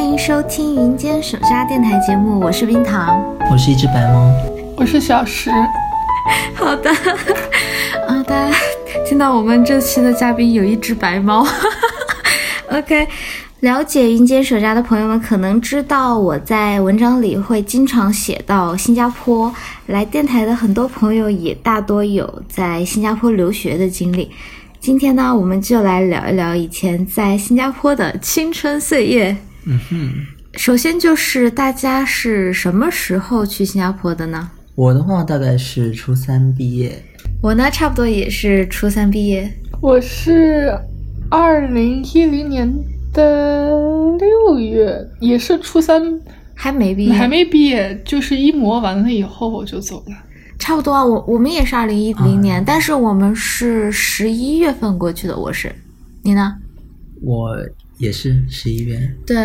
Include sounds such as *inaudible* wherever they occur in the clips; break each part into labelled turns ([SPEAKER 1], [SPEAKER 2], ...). [SPEAKER 1] 迎收听云间手刹电台节目，我是冰糖，
[SPEAKER 2] 我是一只白猫，
[SPEAKER 3] 我是小石。
[SPEAKER 1] 好的， *laughs* 啊，大家听到我们这期的嘉宾有一只白猫 *laughs* ，OK。了解云间手札的朋友们可能知道，我在文章里会经常写到新加坡。来电台的很多朋友也大多有在新加坡留学的经历。今天呢，我们就来聊一聊以前在新加坡的青春岁月。
[SPEAKER 2] 嗯哼，
[SPEAKER 1] 首先就是大家是什么时候去新加坡的呢？
[SPEAKER 2] 我的话大概是初三毕业，
[SPEAKER 1] 我呢差不多也是初三毕业。
[SPEAKER 3] 我是二零一零年。的六月也是初三，
[SPEAKER 1] 还没毕业，
[SPEAKER 3] 还没毕业，就是一模完了以后我就走了，
[SPEAKER 1] 差不多、啊。我我们也是二零一零年、啊，但是我们是十一月份过去的。我是，你呢？
[SPEAKER 2] 我也是十一月。
[SPEAKER 1] 对，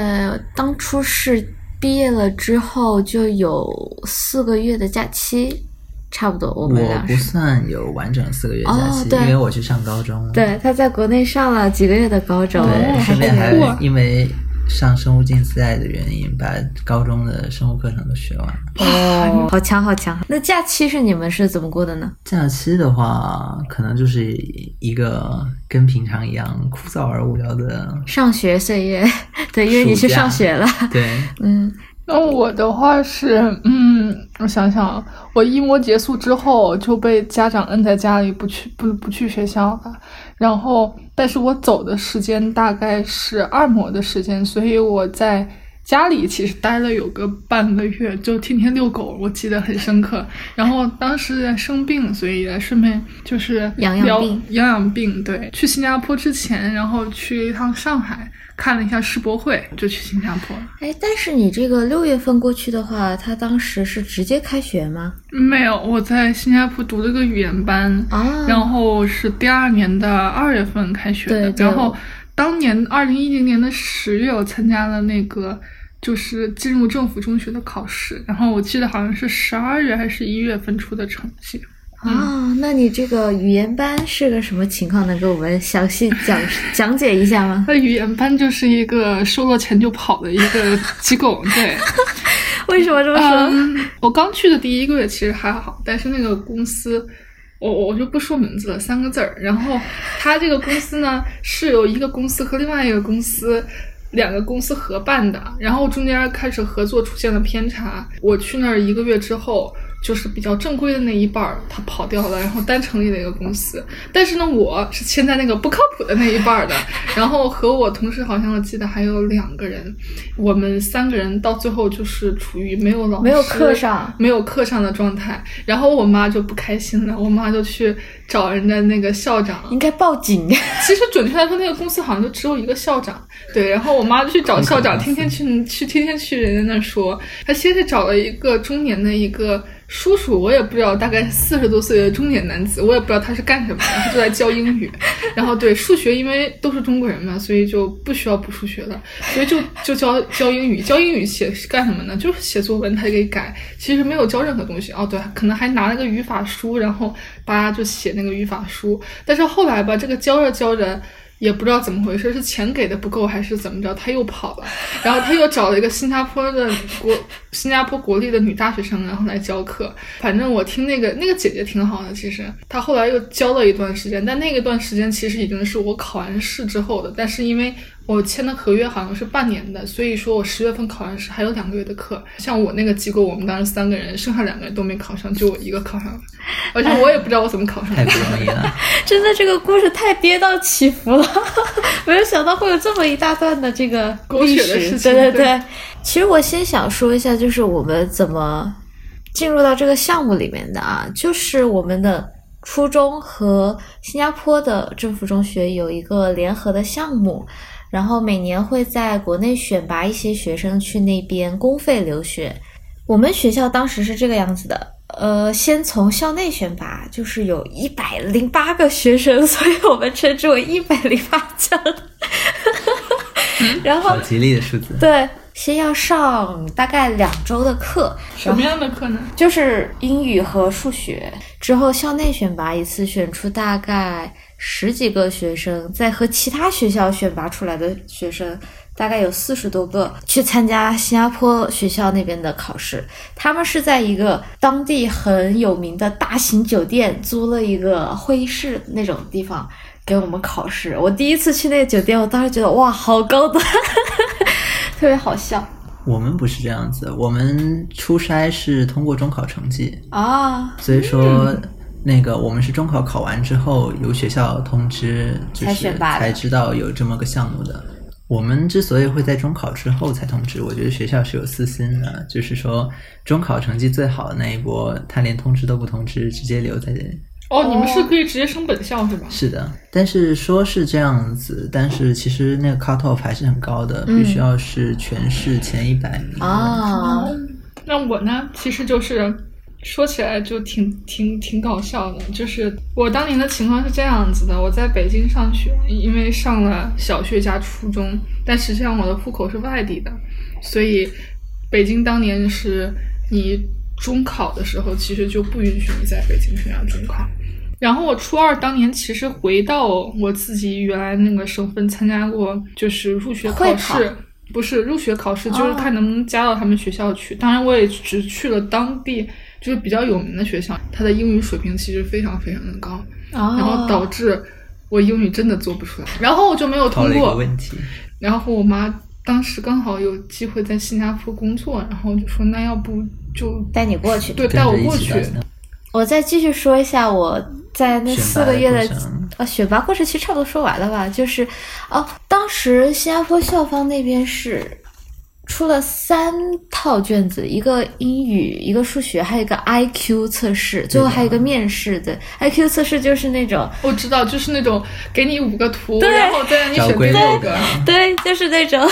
[SPEAKER 1] 当初是毕业了之后就有四个月的假期。差不多，我们俩
[SPEAKER 2] 不算有完整四个月假期、哦，因为我去上高中。
[SPEAKER 1] 对，哦他在国内上了几个月的高中，
[SPEAKER 2] 对，
[SPEAKER 1] 顺
[SPEAKER 2] 便还因为上生物竞赛的原因，把高中的生物课程都学完了。
[SPEAKER 1] 哦，好强，好强！那假期是你们是怎么过的呢？
[SPEAKER 2] 假期的话，可能就是一个跟平常一样枯燥而无聊的
[SPEAKER 1] 上学岁月。 *laughs* 对，因为你去上学 *laughs* 了。
[SPEAKER 2] 对，
[SPEAKER 1] 嗯。
[SPEAKER 3] 那我的话是，嗯，我想想，我一模结束之后就被家长摁在家里，不去不不去学校了。然后，但是我走的时间大概是二模的时间，所以我在家里其实待了有个半个月，就天天遛狗，我记得很深刻。然后当时生病，所以也顺便就是
[SPEAKER 1] 养养病，
[SPEAKER 3] 养养病。对，去新加坡之前，然后去一趟上海。看了一下世博会，就去新加坡了。
[SPEAKER 1] 哎，但是你这个六月份过去的话，他当时是直接开学吗？
[SPEAKER 3] 没有，我在新加坡读了个语言班，
[SPEAKER 1] 啊、
[SPEAKER 3] 然后是第二年的二月份开学的。
[SPEAKER 1] 对对
[SPEAKER 3] 然后当年二零一零年的十月，我参加了那个就是进入政府中学的考试，然后我记得好像是十二月还是一月份出的成绩。
[SPEAKER 1] 啊、哦，那你这个语言班是个什么情况？能给我们详细讲讲解一下 *laughs* 吗？
[SPEAKER 3] 那语言班就是一个收了钱就跑的一个机构，对。
[SPEAKER 1] 为什么这么说、嗯？
[SPEAKER 3] 呃我刚去的第一个月其实还好，但是那个公司，我我就不说名字了，三个字儿。然后它这个公司呢，是由一个公司和另外一个公司。两个公司合办的，然后中间开始合作出现了偏差。我去那儿一个月之后，就是比较正规的那一半儿，他跑掉了，然后单成立了一个公司。但是呢，我是签在那个不靠谱的那一
[SPEAKER 1] *laughs*
[SPEAKER 3] 半儿的。然后和我同事好像我记得还有两个人，我们三个人到最后就是处于没有老师、
[SPEAKER 1] 没有课上、
[SPEAKER 3] 没有课上的状态。然后我妈就不开心了，我妈就去找人家那个校长，
[SPEAKER 1] 应该报警。
[SPEAKER 3] 其实准确来说，那个公司好像就只有一个校长。对，然后。我妈就去找
[SPEAKER 1] *laughs*
[SPEAKER 3] 校长，天天去去，天天去人家那说。她先是找了一个中年的一个叔叔，我也不知道，大概四十多岁的中年男子，我也不知道他是干什么的，他就在教英语。然后对数学，因为都是中国人嘛，所以就不需要补数学了，所以就就教教英语。教英语写是干什么呢？就是写作文，他给改。其实没有教任何东西。哦，对，可能还拿了个语法书，然后叭就写那个语法书。但是后来吧，这个教着教着。也不知道怎么回事，是钱给的不够还是怎么着？他又跑了，然后他又找了一个新加坡的国新加坡国立的女大学生，然后来教课。反正我听那个那个姐姐挺好的，其实她后来又教了一段时间，但那个段时间其实已经是我考完试之后的，但是因为。我签的合约好像是半年的，所以说我十月份考完试还有两个月的课。像我那个机构，我们当时三个人，剩下两个人都没考上，就我一个考上了，而且我也不知道我怎么考上的。
[SPEAKER 2] 太不容易了，
[SPEAKER 1] 真的这个故事太跌宕起伏了， *laughs* 没有想到会有这么一大段的这个
[SPEAKER 3] 狗血的事情。
[SPEAKER 1] 对对对，其实我先想说一下，就是我们怎么进入到这个项目里面的啊，就是我们的。初中和新加坡的政府中学有一个联合的项目，然后每年会在国内选拔一些学生去那边公费留学。我们学校当时是这个样子的，呃，先从校内选拔，就是有一百零八个学生，所以我们称之为一百零八强。 *laughs* 然后，
[SPEAKER 2] 好吉利的数字。
[SPEAKER 1] 对。先要上大概两周的课，
[SPEAKER 3] 什么样的课呢？
[SPEAKER 1] 就是英语和数学。之后校内选拔一次，选出大概十几个学生，再和其他学校选拔出来的学生大概有四十多个去参加新加坡学校那边的考试。他们是在一个当地很有名的大型酒店租了一个会议室那种地方给我们考试。我第一次去那个酒店，我当时觉得哇，好高端， *laughs* 特别好笑
[SPEAKER 2] 我们不是这样子，我们初筛是通过中考成绩，
[SPEAKER 1] 啊！
[SPEAKER 2] 所以说那个我们是中考考完之后由学校通知，就
[SPEAKER 1] 才
[SPEAKER 2] 是
[SPEAKER 1] 选拔的
[SPEAKER 2] 才知道有这么个项目的。我们之所以会在中考之后才通知，我觉得学校是有私心的，就是说中考成绩最好的那一波，他连通知都不通知，直接留在
[SPEAKER 3] 哦，你们是可以直接升本校是吧？
[SPEAKER 2] 是的，但是说是这样子，但是其实那个 cut off 还是很高的，
[SPEAKER 1] 嗯
[SPEAKER 2] 必须要是全市前一百名。
[SPEAKER 1] 啊，
[SPEAKER 3] 那我呢，其实就是说起来就挺挺挺搞笑的，就是我当年的情况是这样子的：我在北京上学，因为上了小学加初中，但实际上我的户口是外地的，所以北京当年是你中考的时候，其实就不允许你在北京参加中考。然后我初二当年其实回到我自己原来那个省份参加过，就是入学
[SPEAKER 1] 会
[SPEAKER 3] 考
[SPEAKER 1] 考
[SPEAKER 3] 试， *clears throat* 不是入学考试，就是
[SPEAKER 1] 哦
[SPEAKER 3] 看能不能加到他们学校去。当然，我也只去了当地就是比较有名的学校，它的英语水平其实非常非常的高，然
[SPEAKER 1] 然
[SPEAKER 3] 后导致我英语真的做不出来，然后我就没有
[SPEAKER 2] 抛
[SPEAKER 3] 通
[SPEAKER 2] 了一个
[SPEAKER 3] 过。
[SPEAKER 2] 问题，
[SPEAKER 3] 然后我妈当时刚好有机会在新加坡工作，然后就说那要不就
[SPEAKER 1] 带你过去。
[SPEAKER 3] 对
[SPEAKER 2] 跟
[SPEAKER 3] 带我
[SPEAKER 2] 着一
[SPEAKER 3] 过
[SPEAKER 2] 起
[SPEAKER 3] 去
[SPEAKER 2] 到。那
[SPEAKER 1] 我再继续说一下我在那四个月的
[SPEAKER 2] 选拔的过程
[SPEAKER 1] 呃选拔过程，其实差不多说完了吧？就是哦，当时新加坡校方那边是出了三套卷子，一个英语，一个数学，还有一个 IQ 测试，最后还有一个面试。对，IQ 测试就是那种
[SPEAKER 3] 我知道，就是那种给你五个图，
[SPEAKER 1] 对
[SPEAKER 3] 然后再让你
[SPEAKER 2] 找
[SPEAKER 3] 选
[SPEAKER 2] 规
[SPEAKER 3] 对六
[SPEAKER 2] 律
[SPEAKER 3] 个
[SPEAKER 2] 的。，
[SPEAKER 1] 对，就是那种， *laughs*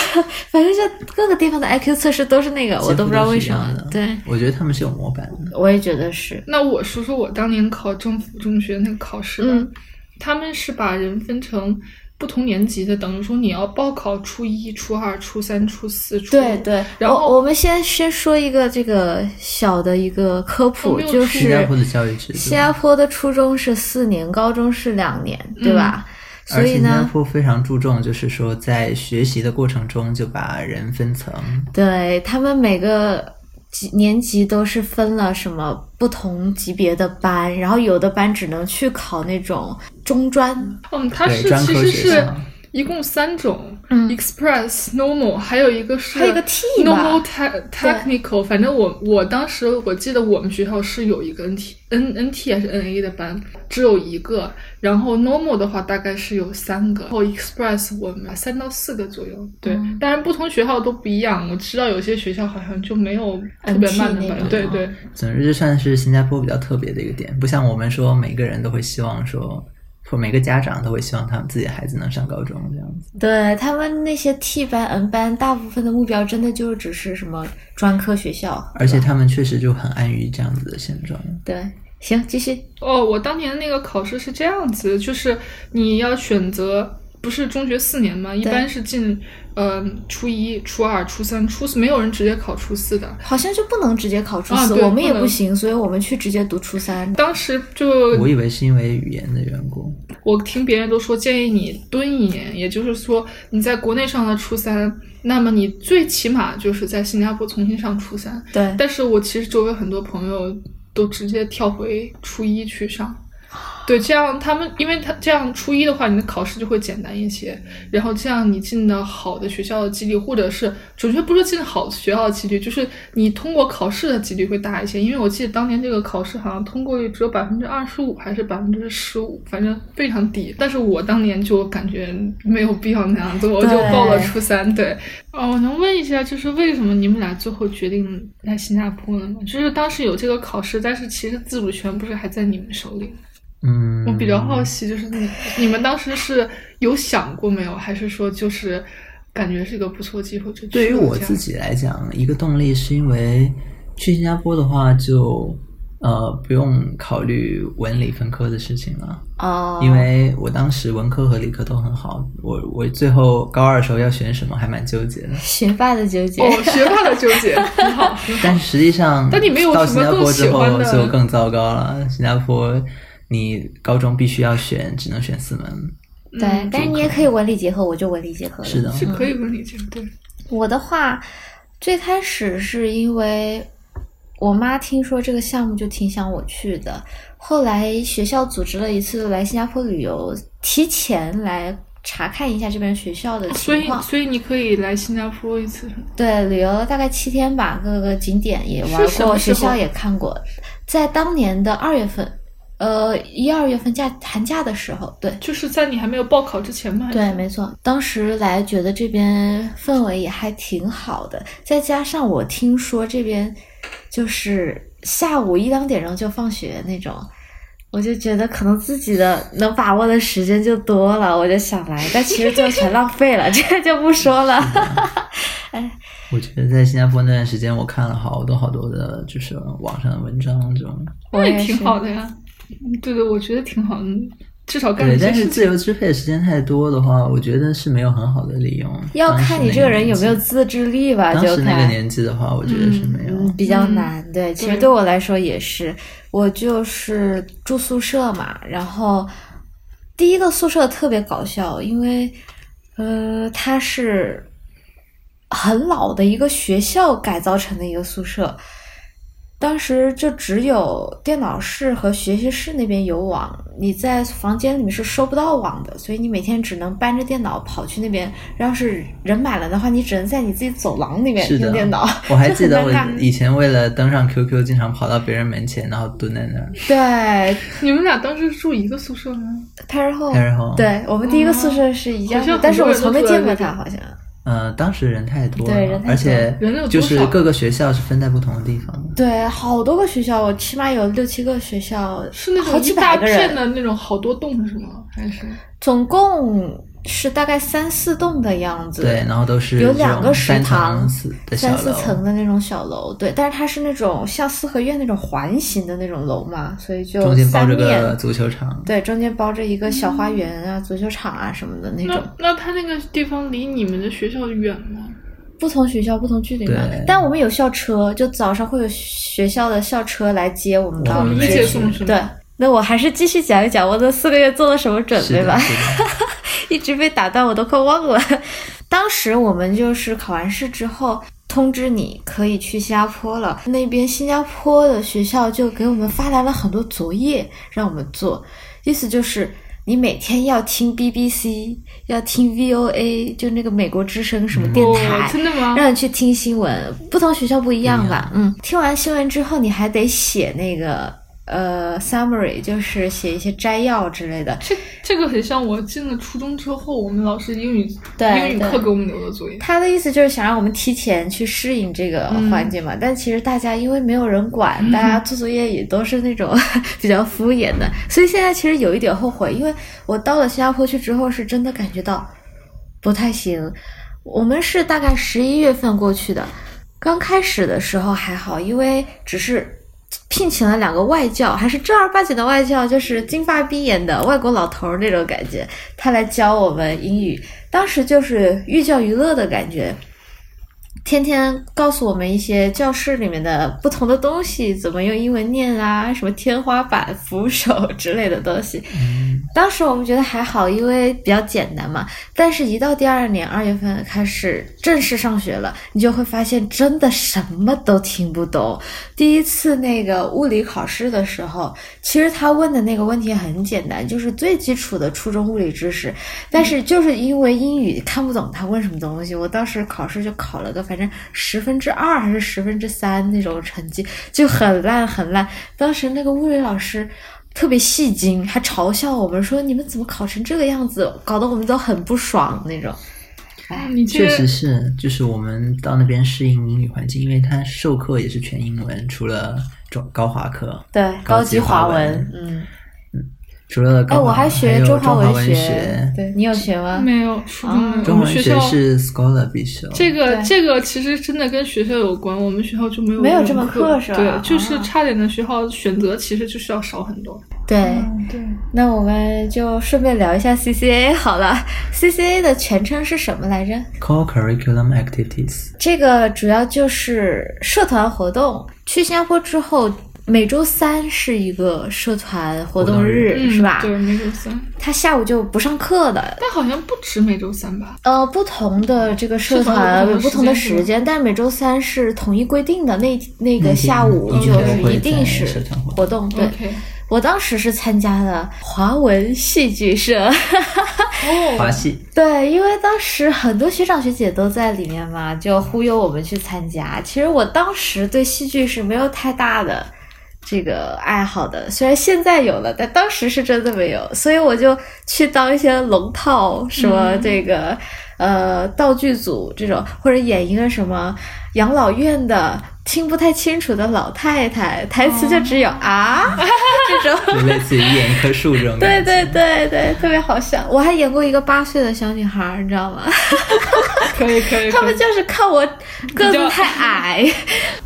[SPEAKER 1] 反正就各个地方的 IQ 测试都是那个，我都不知道为什么
[SPEAKER 2] 几乎都。是一
[SPEAKER 1] 对
[SPEAKER 2] 样的，我觉得他们是有模板的。
[SPEAKER 1] 我也觉得是。
[SPEAKER 3] 那我说说我当年考政府中学那个考试吧，
[SPEAKER 1] 嗯
[SPEAKER 3] 他们是把人分成不同年级的，等于说你要报考初一、初二、初三、初四、初五
[SPEAKER 1] 对，对，
[SPEAKER 3] 然后
[SPEAKER 1] 我我们先先说一个这个小的一个科
[SPEAKER 3] 我
[SPEAKER 1] 普，
[SPEAKER 3] 没有
[SPEAKER 1] 就
[SPEAKER 3] 出
[SPEAKER 1] 是
[SPEAKER 2] 新加坡的教育制度，
[SPEAKER 1] 新加坡的初中是四年，高中是两年，对吧？所
[SPEAKER 2] 而且
[SPEAKER 1] 以
[SPEAKER 2] 新加
[SPEAKER 1] 呢，
[SPEAKER 2] 坡非常注重，就是说在学习的过程中就把人分层，
[SPEAKER 1] 对他们每个级年级都是分了什么不同级别的班，然后有的班只能去考那种中专，
[SPEAKER 3] 嗯，它
[SPEAKER 2] 对
[SPEAKER 3] 是
[SPEAKER 2] 专
[SPEAKER 3] 其
[SPEAKER 2] 科
[SPEAKER 3] 实
[SPEAKER 2] 学
[SPEAKER 3] 是
[SPEAKER 2] 校。
[SPEAKER 3] 一共三种、
[SPEAKER 1] 嗯
[SPEAKER 3] e x p r e s s normal，还有一个是
[SPEAKER 1] 还有一个 T 吧
[SPEAKER 3] normal te- technical。反正我我当时我记得我们学校是有一个 NT N NT 还是 NA 的班，只有一个。然后 normal 的话大概是有三个，然后 express 我们三到四个左右。对，
[SPEAKER 1] 嗯
[SPEAKER 3] 当然不同学校都不一样。我知道有些学校好像就没有特别慢的
[SPEAKER 1] NT 那啊
[SPEAKER 3] 班，
[SPEAKER 1] 种
[SPEAKER 3] 对对。
[SPEAKER 2] 总之，这算是新加坡比较特别的一个点，不像我们说每个人都会希望说，或每个家长都会希望他们自己的孩子能上高中这样子。
[SPEAKER 1] 对他们那些 T 班、N 班，大部分的目标真的就是只是什么专科学校，
[SPEAKER 2] 而且他们确实就很安于这样子的现状。
[SPEAKER 1] 对。行，继续。
[SPEAKER 3] 哦，我当年那个考试是这样子，就是你要选择，不是中学四年嘛，一
[SPEAKER 1] 对
[SPEAKER 3] 般是进，呃，初一、初二、初三、初四，没有人直接考初四的。
[SPEAKER 1] 好像就不能直接考初
[SPEAKER 3] 啊
[SPEAKER 1] 四，
[SPEAKER 3] 对
[SPEAKER 1] 我们也
[SPEAKER 3] 不能
[SPEAKER 1] 不行，所以我们去直接读初三。
[SPEAKER 3] 当时就
[SPEAKER 2] 我以为是因为语言的缘故，
[SPEAKER 3] 我听别人都说建议你蹲一年，也就是说你在国内上了初三，那么你最起码就是在新加坡重新上初三。
[SPEAKER 1] 对，
[SPEAKER 3] 但是我其实周围很多朋友都直接跳回初一去上。对，这样他们，因为他这样初一的话，你的考试就会简单一些，然后这样你进到好的学校的几率，或者是准确不说进好学校的几率，就是你通过考试的几率会大一些。因为我记得当年这个考试好像通过率只有百分之二十五还是百分之十五，反正非常低。但是我当年就感觉没有必要那样做，我就
[SPEAKER 1] 对
[SPEAKER 3] 报了初三。对，哦，我能问一下，就是为什么你们俩最后决定来新加坡了吗？就是当时有这个考试，但是其实自主权不是还在你们手里吗？
[SPEAKER 2] 嗯，
[SPEAKER 3] 我比较好奇，就是你你们当时是有想过没有，还是说就是感觉是个不错机会就去了
[SPEAKER 2] 对于我
[SPEAKER 3] 这样
[SPEAKER 2] 自，己来讲，一个动力是因为去新加坡的话就，呃不用考虑文理分科的事情了，
[SPEAKER 1] 哦，
[SPEAKER 2] 因为我当时文科和理科都很好，我我最后高二的时候要选什么还蛮纠结的。
[SPEAKER 1] 学霸的纠结。
[SPEAKER 3] 哦，学霸的纠结，
[SPEAKER 2] *laughs*
[SPEAKER 3] 很好，很好。
[SPEAKER 2] 但实际上，
[SPEAKER 3] 但你没有
[SPEAKER 2] 到
[SPEAKER 3] 什
[SPEAKER 2] 新
[SPEAKER 3] 么
[SPEAKER 2] 加
[SPEAKER 3] 更
[SPEAKER 2] 坡
[SPEAKER 3] 喜
[SPEAKER 2] 之
[SPEAKER 3] 欢
[SPEAKER 2] 后
[SPEAKER 3] 的
[SPEAKER 2] 就更糟糕了。新加坡，你高中必须要选，只能选四门，
[SPEAKER 1] 对，但是你也可以文理结合，我就文理结合了。嗯
[SPEAKER 2] 是的
[SPEAKER 3] 嗯是可以文理结合，对，
[SPEAKER 1] 我的话，最开始是因为我妈听说这个项目就挺想我去的，后来学校组织了一次来新加坡旅游，提前来查看一下这边学校的
[SPEAKER 3] 哦所
[SPEAKER 1] 情
[SPEAKER 3] 以
[SPEAKER 1] 况。
[SPEAKER 3] 所以你可以来新加坡一次，
[SPEAKER 1] 对，旅游了大概七天吧，各个景点也玩
[SPEAKER 3] 是什
[SPEAKER 1] 过，
[SPEAKER 3] 么
[SPEAKER 1] 学
[SPEAKER 3] 时候
[SPEAKER 1] 校也看过。在当年的二月份，呃，一二月份假寒假的时候，对，
[SPEAKER 3] 就是在你还没有报考之前嘛。还是
[SPEAKER 1] 对，没错，当时来觉得这边氛围也还挺好的，再加上我听说这边就是下午一两点钟就放学那种，我就觉得可能自己的能把握的时间就多了，我就想来，但其实最后全浪费了，这 *laughs* 个就不说了。
[SPEAKER 2] 我觉得在新加坡那段时间，我看了好多好多的，就是网上的文章这种。
[SPEAKER 1] 我
[SPEAKER 3] 那也
[SPEAKER 1] 也
[SPEAKER 3] 挺
[SPEAKER 1] 是
[SPEAKER 3] 好的呀。嗯对对，我觉得挺好的，至少干
[SPEAKER 2] 对，
[SPEAKER 3] 了这
[SPEAKER 2] 但是
[SPEAKER 3] 事
[SPEAKER 2] 自
[SPEAKER 3] 情。
[SPEAKER 2] 由支配的时间太多的话，我觉得是没有很好的利用。
[SPEAKER 1] 要
[SPEAKER 2] 当时
[SPEAKER 1] 看你
[SPEAKER 2] 那
[SPEAKER 1] 这个人有
[SPEAKER 2] 年
[SPEAKER 1] 没有
[SPEAKER 2] 纪
[SPEAKER 1] 自制力吧，
[SPEAKER 2] 当
[SPEAKER 1] 就
[SPEAKER 2] 时那个
[SPEAKER 1] 看。
[SPEAKER 2] 年纪的话，我觉得是没有。
[SPEAKER 1] 嗯，比较
[SPEAKER 3] 嗯
[SPEAKER 1] 难。对，其实
[SPEAKER 3] 对
[SPEAKER 1] 对我来说也是，我就是住宿舍嘛，然后第一个宿舍特别搞笑，因为呃，它是很老的一个学校改造成的一个宿舍。当时就只有电脑室和学习室那边有网，你在房间里面是收不到网的，所以你每天只能搬着电脑跑去那边。要是人满了的话，你只能在你自己走廊里面
[SPEAKER 2] 是的
[SPEAKER 1] 用电
[SPEAKER 2] *laughs*
[SPEAKER 1] 脑。
[SPEAKER 2] 我还记得我
[SPEAKER 1] 就很尴尬
[SPEAKER 2] 以前为了登上 QQ，经常跑到别人门前，然后蹲在那儿。
[SPEAKER 1] 哦对，
[SPEAKER 3] 你们俩当时是住一个宿舍吗？
[SPEAKER 1] p a r 后，
[SPEAKER 2] 然后，，
[SPEAKER 1] 对我们第一个宿舍是一家
[SPEAKER 3] 好像很多人，
[SPEAKER 1] 但是我从没见过
[SPEAKER 3] 都住在
[SPEAKER 1] 他，好像
[SPEAKER 2] 呃，当时人太多了，
[SPEAKER 1] 对人太多
[SPEAKER 2] 而且
[SPEAKER 3] 人有多少
[SPEAKER 2] 就是各个学校是分在不同的地方的。
[SPEAKER 1] 对，好多个学校，我起码有六七个学校，
[SPEAKER 3] 是那
[SPEAKER 1] 好
[SPEAKER 3] 种
[SPEAKER 1] 几
[SPEAKER 3] 一
[SPEAKER 1] 百
[SPEAKER 3] 大
[SPEAKER 1] 个
[SPEAKER 3] 片
[SPEAKER 1] 人，
[SPEAKER 3] 的那种好多栋是吗？还是
[SPEAKER 1] 总共是大概三四栋的样子，
[SPEAKER 2] 对，，然后都是
[SPEAKER 1] 有两个
[SPEAKER 2] 这种
[SPEAKER 1] 食
[SPEAKER 2] 三
[SPEAKER 1] 堂
[SPEAKER 2] 层四的小
[SPEAKER 1] 三四
[SPEAKER 2] 楼，
[SPEAKER 1] 层的那种小楼，对，但是它是那种像四合院那种环形的那种楼嘛，所以就
[SPEAKER 2] 中间包
[SPEAKER 1] 三
[SPEAKER 2] 着
[SPEAKER 1] 面，
[SPEAKER 2] 个嗯足球场。
[SPEAKER 1] 对，中间包着一个小花园啊、足球场啊什么的那种。
[SPEAKER 3] 那那他那个地方离你们的学校远吗？
[SPEAKER 1] 不同学校不同距离嘛
[SPEAKER 2] 对，
[SPEAKER 1] 但我们有校车，就早上会有学校的校车来接我们
[SPEAKER 2] 我
[SPEAKER 1] 到
[SPEAKER 2] 们
[SPEAKER 3] 理
[SPEAKER 2] 没
[SPEAKER 1] 街
[SPEAKER 3] 解
[SPEAKER 2] 有
[SPEAKER 1] 区。
[SPEAKER 3] 送是吗？
[SPEAKER 1] 对，那我还是继续讲一讲我这四个月做了什么准
[SPEAKER 2] 是
[SPEAKER 1] 备吧
[SPEAKER 2] 的，，是的
[SPEAKER 1] *laughs* 一直被打断，我都快忘了。当时我们就是考完试之后通知你可以去新加坡了，那边新加坡的学校就给我们发来了很多作业让我们做，意思就是。你每天要听 BBC，要听 VOA，就那个美国之声什么电台，
[SPEAKER 3] 哦，真的吗？
[SPEAKER 1] 让你去听新闻，不同学校不一样吧？嗯，听完新闻之后，你还得写那个呃 summary，就是写一些摘要之类的。
[SPEAKER 3] 这这个很像我进了初中之后，我们老师英语
[SPEAKER 1] 对
[SPEAKER 3] 英语课
[SPEAKER 1] 对
[SPEAKER 3] 给我们留的作业。
[SPEAKER 1] 他的意思就是想让我们提前去适应这个环境嘛，但其实大家因为没有人管，大家做作业也都是那种 *laughs* 比较敷衍的，所以现在其实有一点后悔，因为我到了新加坡去之后，是真的感觉到不太行。我们是大概十一月份过去的，刚开始的时候还好，因为只是。聘请了两个外教，还是正儿八经的外教，就是金发碧眼的外国老头儿那种感觉，他来教我们英语。当时就是寓教于乐的感觉，天天告诉我们一些教室里面的不同的东西，怎么用英文念啊，什么天花板、扶手之类的东西。当时我们觉得还好，因为比较简单嘛。但是，一到第二年二月份开始正式上学了，你就会发现真的什么都听不懂。第一次那个物理考试的时候，其实他问的那个问题很简单，就是最基础的初中物理知识，但是就是因为英语看不懂他问什么东西，我当时考试就考了个反正十分之二还是十分之三那种成绩，就很烂很烂。当时那个物理老师特别戏精，还嘲笑我们说你们怎么考成这个样子，搞得我们都很不爽那种。
[SPEAKER 3] 嗯你这
[SPEAKER 2] 确
[SPEAKER 3] 个
[SPEAKER 2] 实是，就是我们到那边适应英语环境，因为他授课也是全英文，除了中高华课，
[SPEAKER 1] 对，
[SPEAKER 2] 高
[SPEAKER 1] 级
[SPEAKER 2] 级
[SPEAKER 1] 华
[SPEAKER 2] 华文
[SPEAKER 1] 嗯，
[SPEAKER 2] 除了
[SPEAKER 1] 哎，
[SPEAKER 2] 高华，
[SPEAKER 1] 我还学
[SPEAKER 2] 有
[SPEAKER 1] 中
[SPEAKER 2] 中
[SPEAKER 1] 华
[SPEAKER 2] 文
[SPEAKER 1] 学，对你有学吗？
[SPEAKER 3] 没有初中没有，我
[SPEAKER 2] 中
[SPEAKER 3] 们
[SPEAKER 2] 文
[SPEAKER 3] 学
[SPEAKER 2] 学
[SPEAKER 3] 校
[SPEAKER 2] 是 scholar 必修，
[SPEAKER 3] 这个
[SPEAKER 1] 哦对
[SPEAKER 3] 这个其实真的跟学校有关，我们学校就没有
[SPEAKER 1] 没有
[SPEAKER 3] 这
[SPEAKER 1] 这
[SPEAKER 3] 门
[SPEAKER 1] 门课是吧
[SPEAKER 3] 对，就是
[SPEAKER 1] 啊
[SPEAKER 3] 差点的学校选择其实就是要少很多。
[SPEAKER 1] 哎
[SPEAKER 3] 嗯
[SPEAKER 1] 对。
[SPEAKER 3] 对，
[SPEAKER 1] 那我们就顺便聊一下 CCA 好了。CCA 的全称是什么来着？
[SPEAKER 2] core curriculum activities。
[SPEAKER 1] 这个主要就是社团活动。去新加坡之后，每周三是一个社团活动
[SPEAKER 2] 活
[SPEAKER 1] 日，
[SPEAKER 3] 嗯
[SPEAKER 1] 是吧？
[SPEAKER 3] 对，每周三，
[SPEAKER 1] 他下午就不上课的。
[SPEAKER 3] 但好像不止每周三吧？
[SPEAKER 1] 呃，不同的这个社
[SPEAKER 3] 社团
[SPEAKER 1] 团
[SPEAKER 3] 有
[SPEAKER 1] 有
[SPEAKER 3] 不
[SPEAKER 1] 不
[SPEAKER 3] 同
[SPEAKER 1] 同
[SPEAKER 3] 的
[SPEAKER 1] 的
[SPEAKER 3] 时间
[SPEAKER 1] 时间，但每周三是统一规定的，那那
[SPEAKER 2] 那
[SPEAKER 1] 个
[SPEAKER 2] 天
[SPEAKER 1] 下午
[SPEAKER 2] 一定
[SPEAKER 1] 就
[SPEAKER 2] 都
[SPEAKER 1] 是
[SPEAKER 2] 会
[SPEAKER 1] 一定
[SPEAKER 2] 在
[SPEAKER 1] 是
[SPEAKER 2] 社团活动
[SPEAKER 1] 活动。对哦
[SPEAKER 3] OK
[SPEAKER 1] 我当时是参加了华文戏剧社。 *laughs*
[SPEAKER 2] 华
[SPEAKER 3] 哦，
[SPEAKER 2] 系
[SPEAKER 1] 对，因为当时很多学长学姐都在里面嘛，就忽悠我们去参加。其实我当时对戏剧是没有太大的这个爱好的，虽然现在有了，但当时是真的没有。所以我就去当一些龙套，什么这个、呃道具组这种，或者演一个什么养老院的听不太清楚的老太太，台词就只有、啊这种。 *laughs*
[SPEAKER 2] 就类似于一人一棵树这种
[SPEAKER 1] 对
[SPEAKER 2] 感觉。
[SPEAKER 1] 对对对，特别好笑。我还演过一个八岁的小女孩儿，你知道吗？
[SPEAKER 3] 可以可以，
[SPEAKER 1] 他
[SPEAKER 3] 可以
[SPEAKER 1] 们就是看我个
[SPEAKER 3] 较
[SPEAKER 1] 子太矮，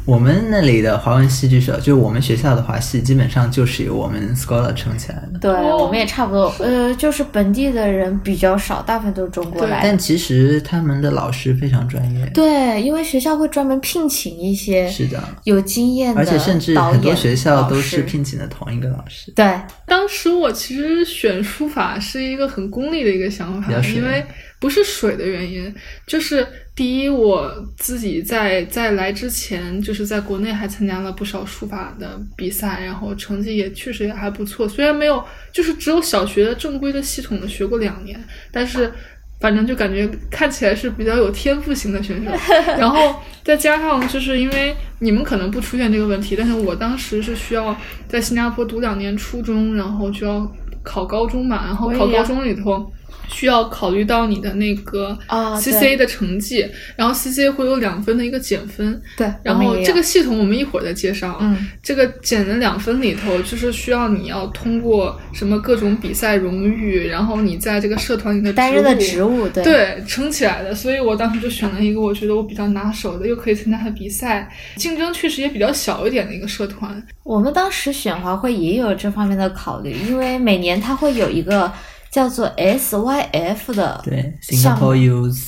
[SPEAKER 2] 我们那里的华文戏剧社，就是我们学校的华戏，基本上就是由我们 scholar 撑起来的。
[SPEAKER 1] *laughs* 对
[SPEAKER 3] 哦
[SPEAKER 1] 我们也差不 *laughs* 多。呃，就是本地的人比较少，大部分都是中国
[SPEAKER 3] 对
[SPEAKER 1] 来的。
[SPEAKER 2] 但其实他们的老师非常专业，
[SPEAKER 1] 对，因为学校会专门聘请一些
[SPEAKER 2] 是的，
[SPEAKER 1] 有经验的
[SPEAKER 2] 而
[SPEAKER 1] 导演，
[SPEAKER 2] 且甚至很多学校都是
[SPEAKER 1] 老师
[SPEAKER 2] 聘请的同一个老师。
[SPEAKER 1] 对
[SPEAKER 3] 当时我其实选书法是一个很功利的一个想
[SPEAKER 2] 比
[SPEAKER 3] 法
[SPEAKER 2] 较，水
[SPEAKER 3] 因为不是水的原因，就是第一，我自己在在来之前，就是在国内还参加了不少书法的比赛，然后成绩也确实也还不错，虽然没有就是只有小学正规的系统的学过两年，但是反正就感觉看起来是比较有天赋型
[SPEAKER 1] *laughs*
[SPEAKER 3] 的选手。然后再加上就是因为你们可能不出现这个问题，但是我当时是需要在新加坡读两年初中，然后就要考高中嘛，然后
[SPEAKER 1] 我也
[SPEAKER 3] 考
[SPEAKER 1] 要
[SPEAKER 3] 高中里头。需要考虑到你的那个
[SPEAKER 1] 啊
[SPEAKER 3] CCA 的成绩，然后 CCA 会有两分的一个减分，
[SPEAKER 1] 对，我
[SPEAKER 3] 然后
[SPEAKER 1] 们也
[SPEAKER 3] 这个
[SPEAKER 1] 有
[SPEAKER 3] 系统我们一会儿再介绍。啊
[SPEAKER 1] 嗯，
[SPEAKER 3] 这个减的两分里头，就是需要你要通过什么各种比赛荣誉，然后你在这个社团里的
[SPEAKER 1] 担任的职
[SPEAKER 3] 务。
[SPEAKER 1] 务，对
[SPEAKER 3] 对，撑起来的，所以我当时就选了一个我觉得我比较拿手的，又可以参加的比赛，竞争确实也比较小一点的一个社团。
[SPEAKER 1] 我们当时选华会也有这方面的考虑，因为每年它会有一个叫做 SYF 的
[SPEAKER 2] 对
[SPEAKER 1] 项目
[SPEAKER 2] ，Singapore Youth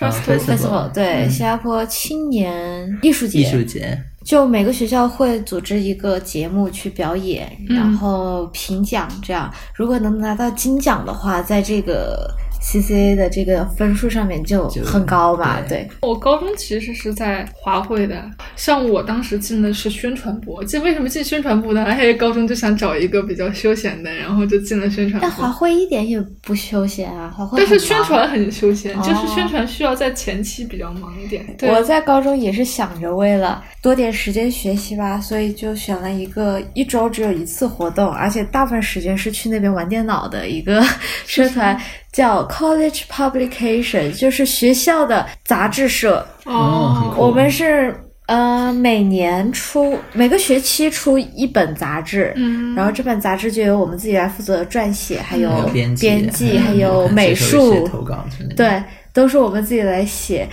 [SPEAKER 2] 呃
[SPEAKER 3] Festival
[SPEAKER 2] Festival，
[SPEAKER 1] 对，
[SPEAKER 2] 嗯
[SPEAKER 1] 新加坡青年艺术节，
[SPEAKER 2] 艺术节，
[SPEAKER 1] 就每个学校会组织一个节目去表演，
[SPEAKER 3] 嗯
[SPEAKER 1] 然后评奖，这样如果能拿到金奖的话，在这个 CCA 的这个分数上面就
[SPEAKER 2] 就
[SPEAKER 1] 很高嘛，
[SPEAKER 2] 对
[SPEAKER 1] 对，
[SPEAKER 3] 我高中其实是在华汇的，像我当时进的是宣传部，进为什么进宣传部呢？哎，高中就想找一个比较休闲的，然后就进了宣传部。
[SPEAKER 1] 但华会一点也不休闲啊，华会
[SPEAKER 3] 但是
[SPEAKER 1] 很
[SPEAKER 3] 宣
[SPEAKER 1] 忙
[SPEAKER 3] 传很休闲，
[SPEAKER 1] 哦
[SPEAKER 3] 就是宣传需要在前期比较忙一点。对，
[SPEAKER 1] 我哦在高中也是想着为了多点时间学习吧，所以就选了一个一周只有一次活动，而且大部分时间是去那边玩电脑的一个 *laughs* 社团，叫 College Publication，就是学校的杂志社。
[SPEAKER 2] 哦很酷
[SPEAKER 1] 我们是呃每年出每个学期出一本杂志，
[SPEAKER 3] 嗯，
[SPEAKER 1] 然后这本杂志就由我们自己来负责撰写，还有
[SPEAKER 2] 还有嗯编辑，
[SPEAKER 1] 哦编辑，还
[SPEAKER 2] 有
[SPEAKER 1] 有美
[SPEAKER 2] 接受一
[SPEAKER 1] 术
[SPEAKER 2] 些，投稿之类的。
[SPEAKER 1] 对，都是我们自己来写。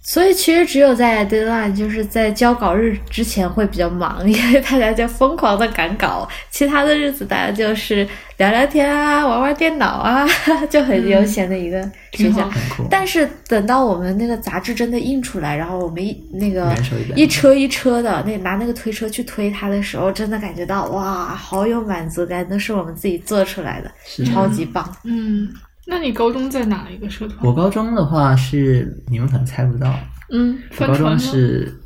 [SPEAKER 1] 所以其实只有在 deadline，就是在交稿日之前会比较忙， *laughs* 因为大家就疯狂的赶稿，其他的日子大家就是聊聊天啊，玩玩电脑啊， *laughs* 就很悠闲的一个学
[SPEAKER 3] 挺
[SPEAKER 1] 校
[SPEAKER 3] 好。。
[SPEAKER 2] 很酷。
[SPEAKER 1] 但是等到我们那个杂志真的印出来，然后我们一那个
[SPEAKER 2] 人手一本
[SPEAKER 1] 一车一车的那拿那个推车去推它的时候，真的感觉到哇，好有满足感，都是我们自己做出来的，
[SPEAKER 2] 是
[SPEAKER 1] 超级棒。
[SPEAKER 3] 嗯，那你高中在哪一个社团？
[SPEAKER 2] 我高中的话是你们可能猜不到，
[SPEAKER 1] 嗯，
[SPEAKER 2] 我
[SPEAKER 3] 帆
[SPEAKER 2] 高
[SPEAKER 3] 船
[SPEAKER 2] 中
[SPEAKER 3] 吗
[SPEAKER 2] 是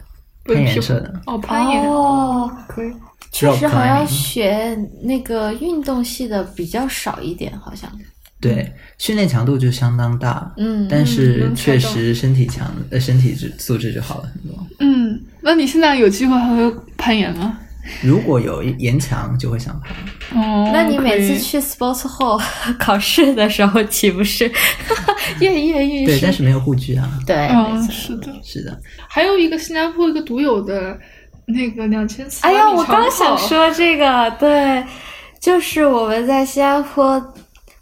[SPEAKER 2] 攀
[SPEAKER 3] 文
[SPEAKER 2] 岩
[SPEAKER 3] 体
[SPEAKER 2] 社的，
[SPEAKER 3] 哦，攀岩
[SPEAKER 1] 哦，
[SPEAKER 3] 可以。
[SPEAKER 1] 确实
[SPEAKER 2] Rock
[SPEAKER 1] 好像
[SPEAKER 2] climbing
[SPEAKER 1] 学那个运动系的比较少一点，好像。
[SPEAKER 2] 对，训练强度就相当大，
[SPEAKER 1] 嗯，
[SPEAKER 2] 但是
[SPEAKER 3] 能
[SPEAKER 2] 确
[SPEAKER 3] 猜到
[SPEAKER 2] 实身体强，呃，身体质素质就好了很多。
[SPEAKER 3] 嗯，那你现在有机会还会攀岩吗？
[SPEAKER 2] 如果有岩墙，就会想爬。
[SPEAKER 3] 哦，
[SPEAKER 1] 那你每
[SPEAKER 3] 可
[SPEAKER 1] 次
[SPEAKER 3] 以
[SPEAKER 1] 去 sports hall 考试的时候，岂不是 *laughs* 跃跃欲
[SPEAKER 2] 对，
[SPEAKER 1] 试？
[SPEAKER 2] 但是没有护具啊。
[SPEAKER 1] 对，没
[SPEAKER 3] 嗯，
[SPEAKER 1] 错
[SPEAKER 3] 是的，
[SPEAKER 2] 是的，
[SPEAKER 3] 还有一个新加坡一个独有的那个两千四。
[SPEAKER 1] 哎呀，我刚想，说这个，对，就是我们在新加坡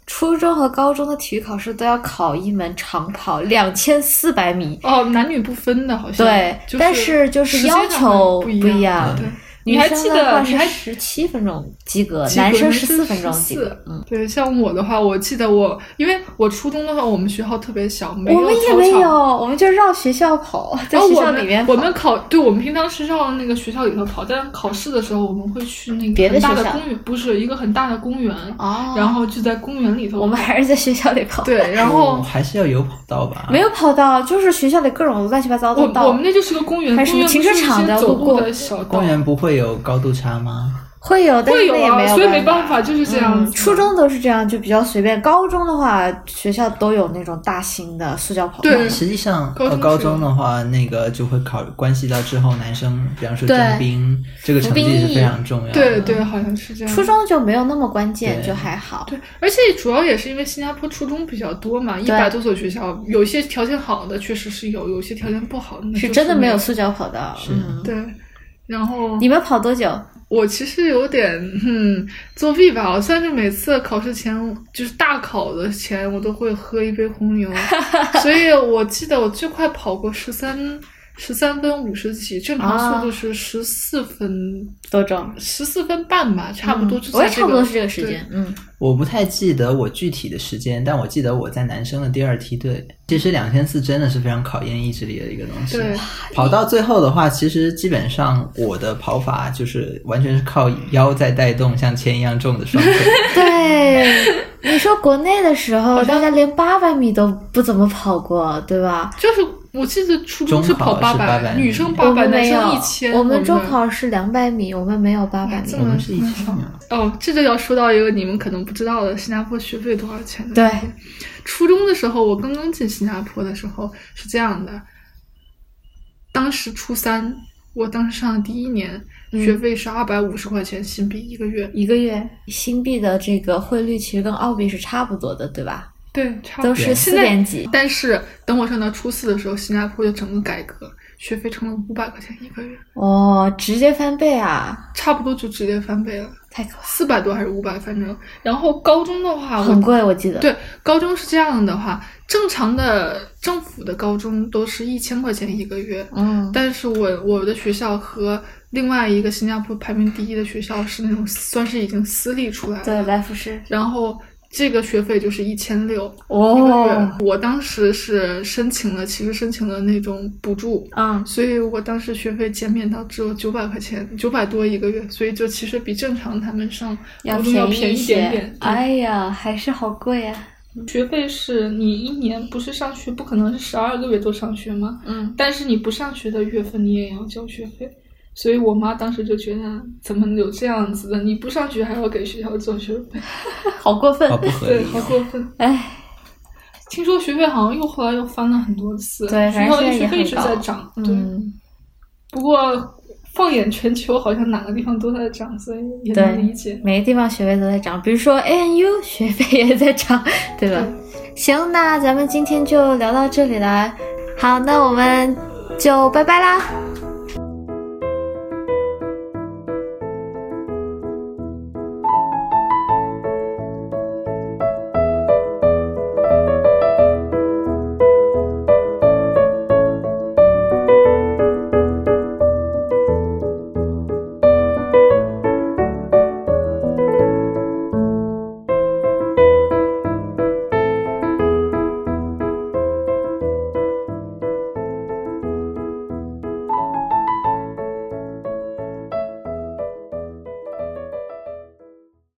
[SPEAKER 1] 初中和高中的体育考试都要考一门长跑，两千四百米。
[SPEAKER 3] 哦，男女不分的，好像
[SPEAKER 1] 对
[SPEAKER 3] 就
[SPEAKER 1] 但是就是
[SPEAKER 3] 时间
[SPEAKER 1] 要
[SPEAKER 3] 上
[SPEAKER 1] 求
[SPEAKER 3] 不
[SPEAKER 1] 不
[SPEAKER 3] 一
[SPEAKER 1] 一样
[SPEAKER 3] 对，你还记得？你还
[SPEAKER 1] 十七分钟及格，
[SPEAKER 3] 及格
[SPEAKER 1] 男生
[SPEAKER 3] 男
[SPEAKER 1] 十
[SPEAKER 3] 生
[SPEAKER 1] 四分钟
[SPEAKER 3] 14
[SPEAKER 1] 及格。嗯，
[SPEAKER 3] 对，像我的话，我记得我，因为我初中的话，我们学校特别小，没
[SPEAKER 1] 我们也
[SPEAKER 3] 操
[SPEAKER 1] 没有，
[SPEAKER 3] 场。
[SPEAKER 1] 我们就绕学校跑，在
[SPEAKER 3] 然后
[SPEAKER 1] 学
[SPEAKER 3] 我
[SPEAKER 1] 校
[SPEAKER 3] 们
[SPEAKER 1] 里面
[SPEAKER 3] 我
[SPEAKER 1] 跑
[SPEAKER 3] 们考，对我们平常是绕那个学校里头跑，但考试的时候我们会去那
[SPEAKER 1] 别
[SPEAKER 3] 个
[SPEAKER 1] 的学
[SPEAKER 3] 很大的
[SPEAKER 1] 校
[SPEAKER 3] 公园，不是一个很大的公园，
[SPEAKER 1] 哦，
[SPEAKER 3] 然后就在公园里头。
[SPEAKER 1] 我们还是在学校里跑，
[SPEAKER 3] 对，然
[SPEAKER 2] 哦
[SPEAKER 3] 后
[SPEAKER 2] 还是要有跑道吧？
[SPEAKER 1] 没有跑到，就是学校里各种乱七八糟
[SPEAKER 3] 我
[SPEAKER 1] 的道，
[SPEAKER 3] 我们那就是个公园，
[SPEAKER 1] 还有什
[SPEAKER 3] 公
[SPEAKER 1] 么
[SPEAKER 3] 园
[SPEAKER 1] 停
[SPEAKER 3] 不
[SPEAKER 1] 车
[SPEAKER 3] 是一
[SPEAKER 1] 场
[SPEAKER 3] 些
[SPEAKER 1] 的
[SPEAKER 3] 走
[SPEAKER 1] 路
[SPEAKER 3] 路
[SPEAKER 1] 过
[SPEAKER 3] 的小道
[SPEAKER 2] 公，园不会有高度差吗？
[SPEAKER 1] 会有，但
[SPEAKER 3] 会
[SPEAKER 1] 是
[SPEAKER 3] 有
[SPEAKER 1] 那也
[SPEAKER 3] 啊
[SPEAKER 1] 没，有
[SPEAKER 3] 所以没
[SPEAKER 1] 办
[SPEAKER 3] 办法，就是这样
[SPEAKER 1] 嗯，
[SPEAKER 3] 子。
[SPEAKER 1] 初中都是这样，就比较随便。高中的话，学校都有那种大型的塑胶跑道。
[SPEAKER 3] 对
[SPEAKER 2] 实际上，
[SPEAKER 3] 高中
[SPEAKER 2] 呃，
[SPEAKER 3] 是
[SPEAKER 2] 高中的话，那个就会考关系到之后男生，比方说征
[SPEAKER 1] 对
[SPEAKER 2] 兵，这个成绩是非常重要的。
[SPEAKER 3] 对对，好像是这样。
[SPEAKER 1] 初中就没有那么关键，
[SPEAKER 2] 对
[SPEAKER 1] 就还好。
[SPEAKER 3] 对，而且主要也是因为新加坡初中比较多嘛，一百多所学校，有些条件好的确实是有，有些条件不好的那
[SPEAKER 1] 是
[SPEAKER 3] 就
[SPEAKER 1] 真的没
[SPEAKER 3] 没
[SPEAKER 1] 有。塑胶跑道。
[SPEAKER 2] 是
[SPEAKER 1] 嗯，
[SPEAKER 3] 对，然后
[SPEAKER 1] 你们跑多久？
[SPEAKER 3] 我其实有点嗯作弊吧，我算是每次考试前，就是大考的前，我都会喝一杯
[SPEAKER 1] *laughs*
[SPEAKER 3] 红牛，所以我记得我最快跑过十三十三分五十几，正常
[SPEAKER 1] 啊
[SPEAKER 3] 速度是十四分
[SPEAKER 1] 多久？
[SPEAKER 3] 十四、14分半吧，差不多
[SPEAKER 1] 嗯
[SPEAKER 3] 就在、这个
[SPEAKER 1] 我也差不多是这个时间。嗯，
[SPEAKER 2] 我不太记得我具体的时间，但我记得我在男生的第二梯队。其实两千四真的是非常考验意志力的一个东西
[SPEAKER 3] 对。
[SPEAKER 2] 跑到最后的话，其实基本上我的跑法就是完全是靠腰在带动，像铅一样重的
[SPEAKER 3] *laughs*
[SPEAKER 2] 双腿。
[SPEAKER 1] 对。 *laughs* 你说国内的时候，
[SPEAKER 3] 好像
[SPEAKER 1] 大家连八百米都不怎么跑过，对吧？
[SPEAKER 3] 就是我记得初中
[SPEAKER 2] 中
[SPEAKER 3] 是
[SPEAKER 2] 考
[SPEAKER 3] 跑
[SPEAKER 2] 是嗯
[SPEAKER 3] 八
[SPEAKER 2] 800
[SPEAKER 3] 女生八
[SPEAKER 1] 我
[SPEAKER 3] 百，
[SPEAKER 1] 们
[SPEAKER 3] 男
[SPEAKER 1] 没有
[SPEAKER 3] 生一千。，
[SPEAKER 1] 我们中考是两百米，我们没有八百米
[SPEAKER 3] 这。
[SPEAKER 2] 我
[SPEAKER 3] 么
[SPEAKER 2] 们是一起
[SPEAKER 3] 嗯哦，这就要说到一个你们可能不知道的，新加坡学费多少钱的？
[SPEAKER 1] 对，
[SPEAKER 3] 初中的时候，我刚刚进新加坡的时候是这样的，当时初三，我当时上的第一年，
[SPEAKER 1] 嗯
[SPEAKER 3] 学费是二百五十块钱新币一个月，
[SPEAKER 1] 一个月新币的这个汇率其实跟澳币是差不多的，对吧？
[SPEAKER 3] 对，差不
[SPEAKER 1] 都
[SPEAKER 3] 多
[SPEAKER 1] 是四
[SPEAKER 3] 现在
[SPEAKER 1] 点几。
[SPEAKER 3] 但是等我上到初四的时候，新加坡就整个改革，学费成了五百块钱一个月，
[SPEAKER 1] 哦，直接翻倍啊！
[SPEAKER 3] 差不多就直接翻倍了。
[SPEAKER 1] 太可怕
[SPEAKER 3] 四百多还是五百，反正。然后高中的话，
[SPEAKER 1] 了，
[SPEAKER 3] 我
[SPEAKER 1] 很贵，我记得。
[SPEAKER 3] 对高中是这样的话，正常的政府的高中都是一千块钱一个月，
[SPEAKER 1] 嗯，
[SPEAKER 3] 但是我我的学校和另外一个新加坡排名第一的学校是那种算是已经私立出来
[SPEAKER 1] 对，
[SPEAKER 3] 了，
[SPEAKER 1] 来福士。
[SPEAKER 3] 然后。这个学费就是一千六一个月
[SPEAKER 1] 哦，，
[SPEAKER 3] 我当时是申请了，其实申请了那种补助，
[SPEAKER 1] 嗯，
[SPEAKER 3] 所以我当时学费减免到只有九百块钱，九百多一个月，所以就其实比正常他们上
[SPEAKER 1] 要
[SPEAKER 3] 高中要
[SPEAKER 1] 便
[SPEAKER 3] 便
[SPEAKER 1] 宜
[SPEAKER 3] 宜一点
[SPEAKER 1] 些
[SPEAKER 3] 点。。
[SPEAKER 1] 哎呀，还是好贵啊。
[SPEAKER 3] 学费是你一年不是上学，不可能是十二个月都上学吗？
[SPEAKER 1] 嗯，
[SPEAKER 3] 但是你不上学的月份，你也要交学费。所以我妈当时就觉得，怎么有这样子的？你不上学还要给学校交学费，
[SPEAKER 1] 嗯好过分
[SPEAKER 2] 好。不合
[SPEAKER 3] 对，
[SPEAKER 2] 理
[SPEAKER 3] 好
[SPEAKER 2] 哦。
[SPEAKER 3] 过分。
[SPEAKER 1] 哎，
[SPEAKER 3] 听说学费好像又后来又翻了很多次，
[SPEAKER 1] 对
[SPEAKER 3] 学
[SPEAKER 1] 反正
[SPEAKER 3] 校的
[SPEAKER 1] 现在
[SPEAKER 3] 学
[SPEAKER 1] 也
[SPEAKER 3] 费一直
[SPEAKER 1] 很高
[SPEAKER 3] 在涨，对。
[SPEAKER 1] 嗯，
[SPEAKER 3] 不过放眼全球，好像哪个地方都在涨，所以也能
[SPEAKER 1] 对
[SPEAKER 3] 理解。
[SPEAKER 1] 每个地方学费都在涨，比如说 ANU 学费也在涨， *laughs* 对吧？行，那咱们今天就聊到这里啦。好，那我们就拜拜啦。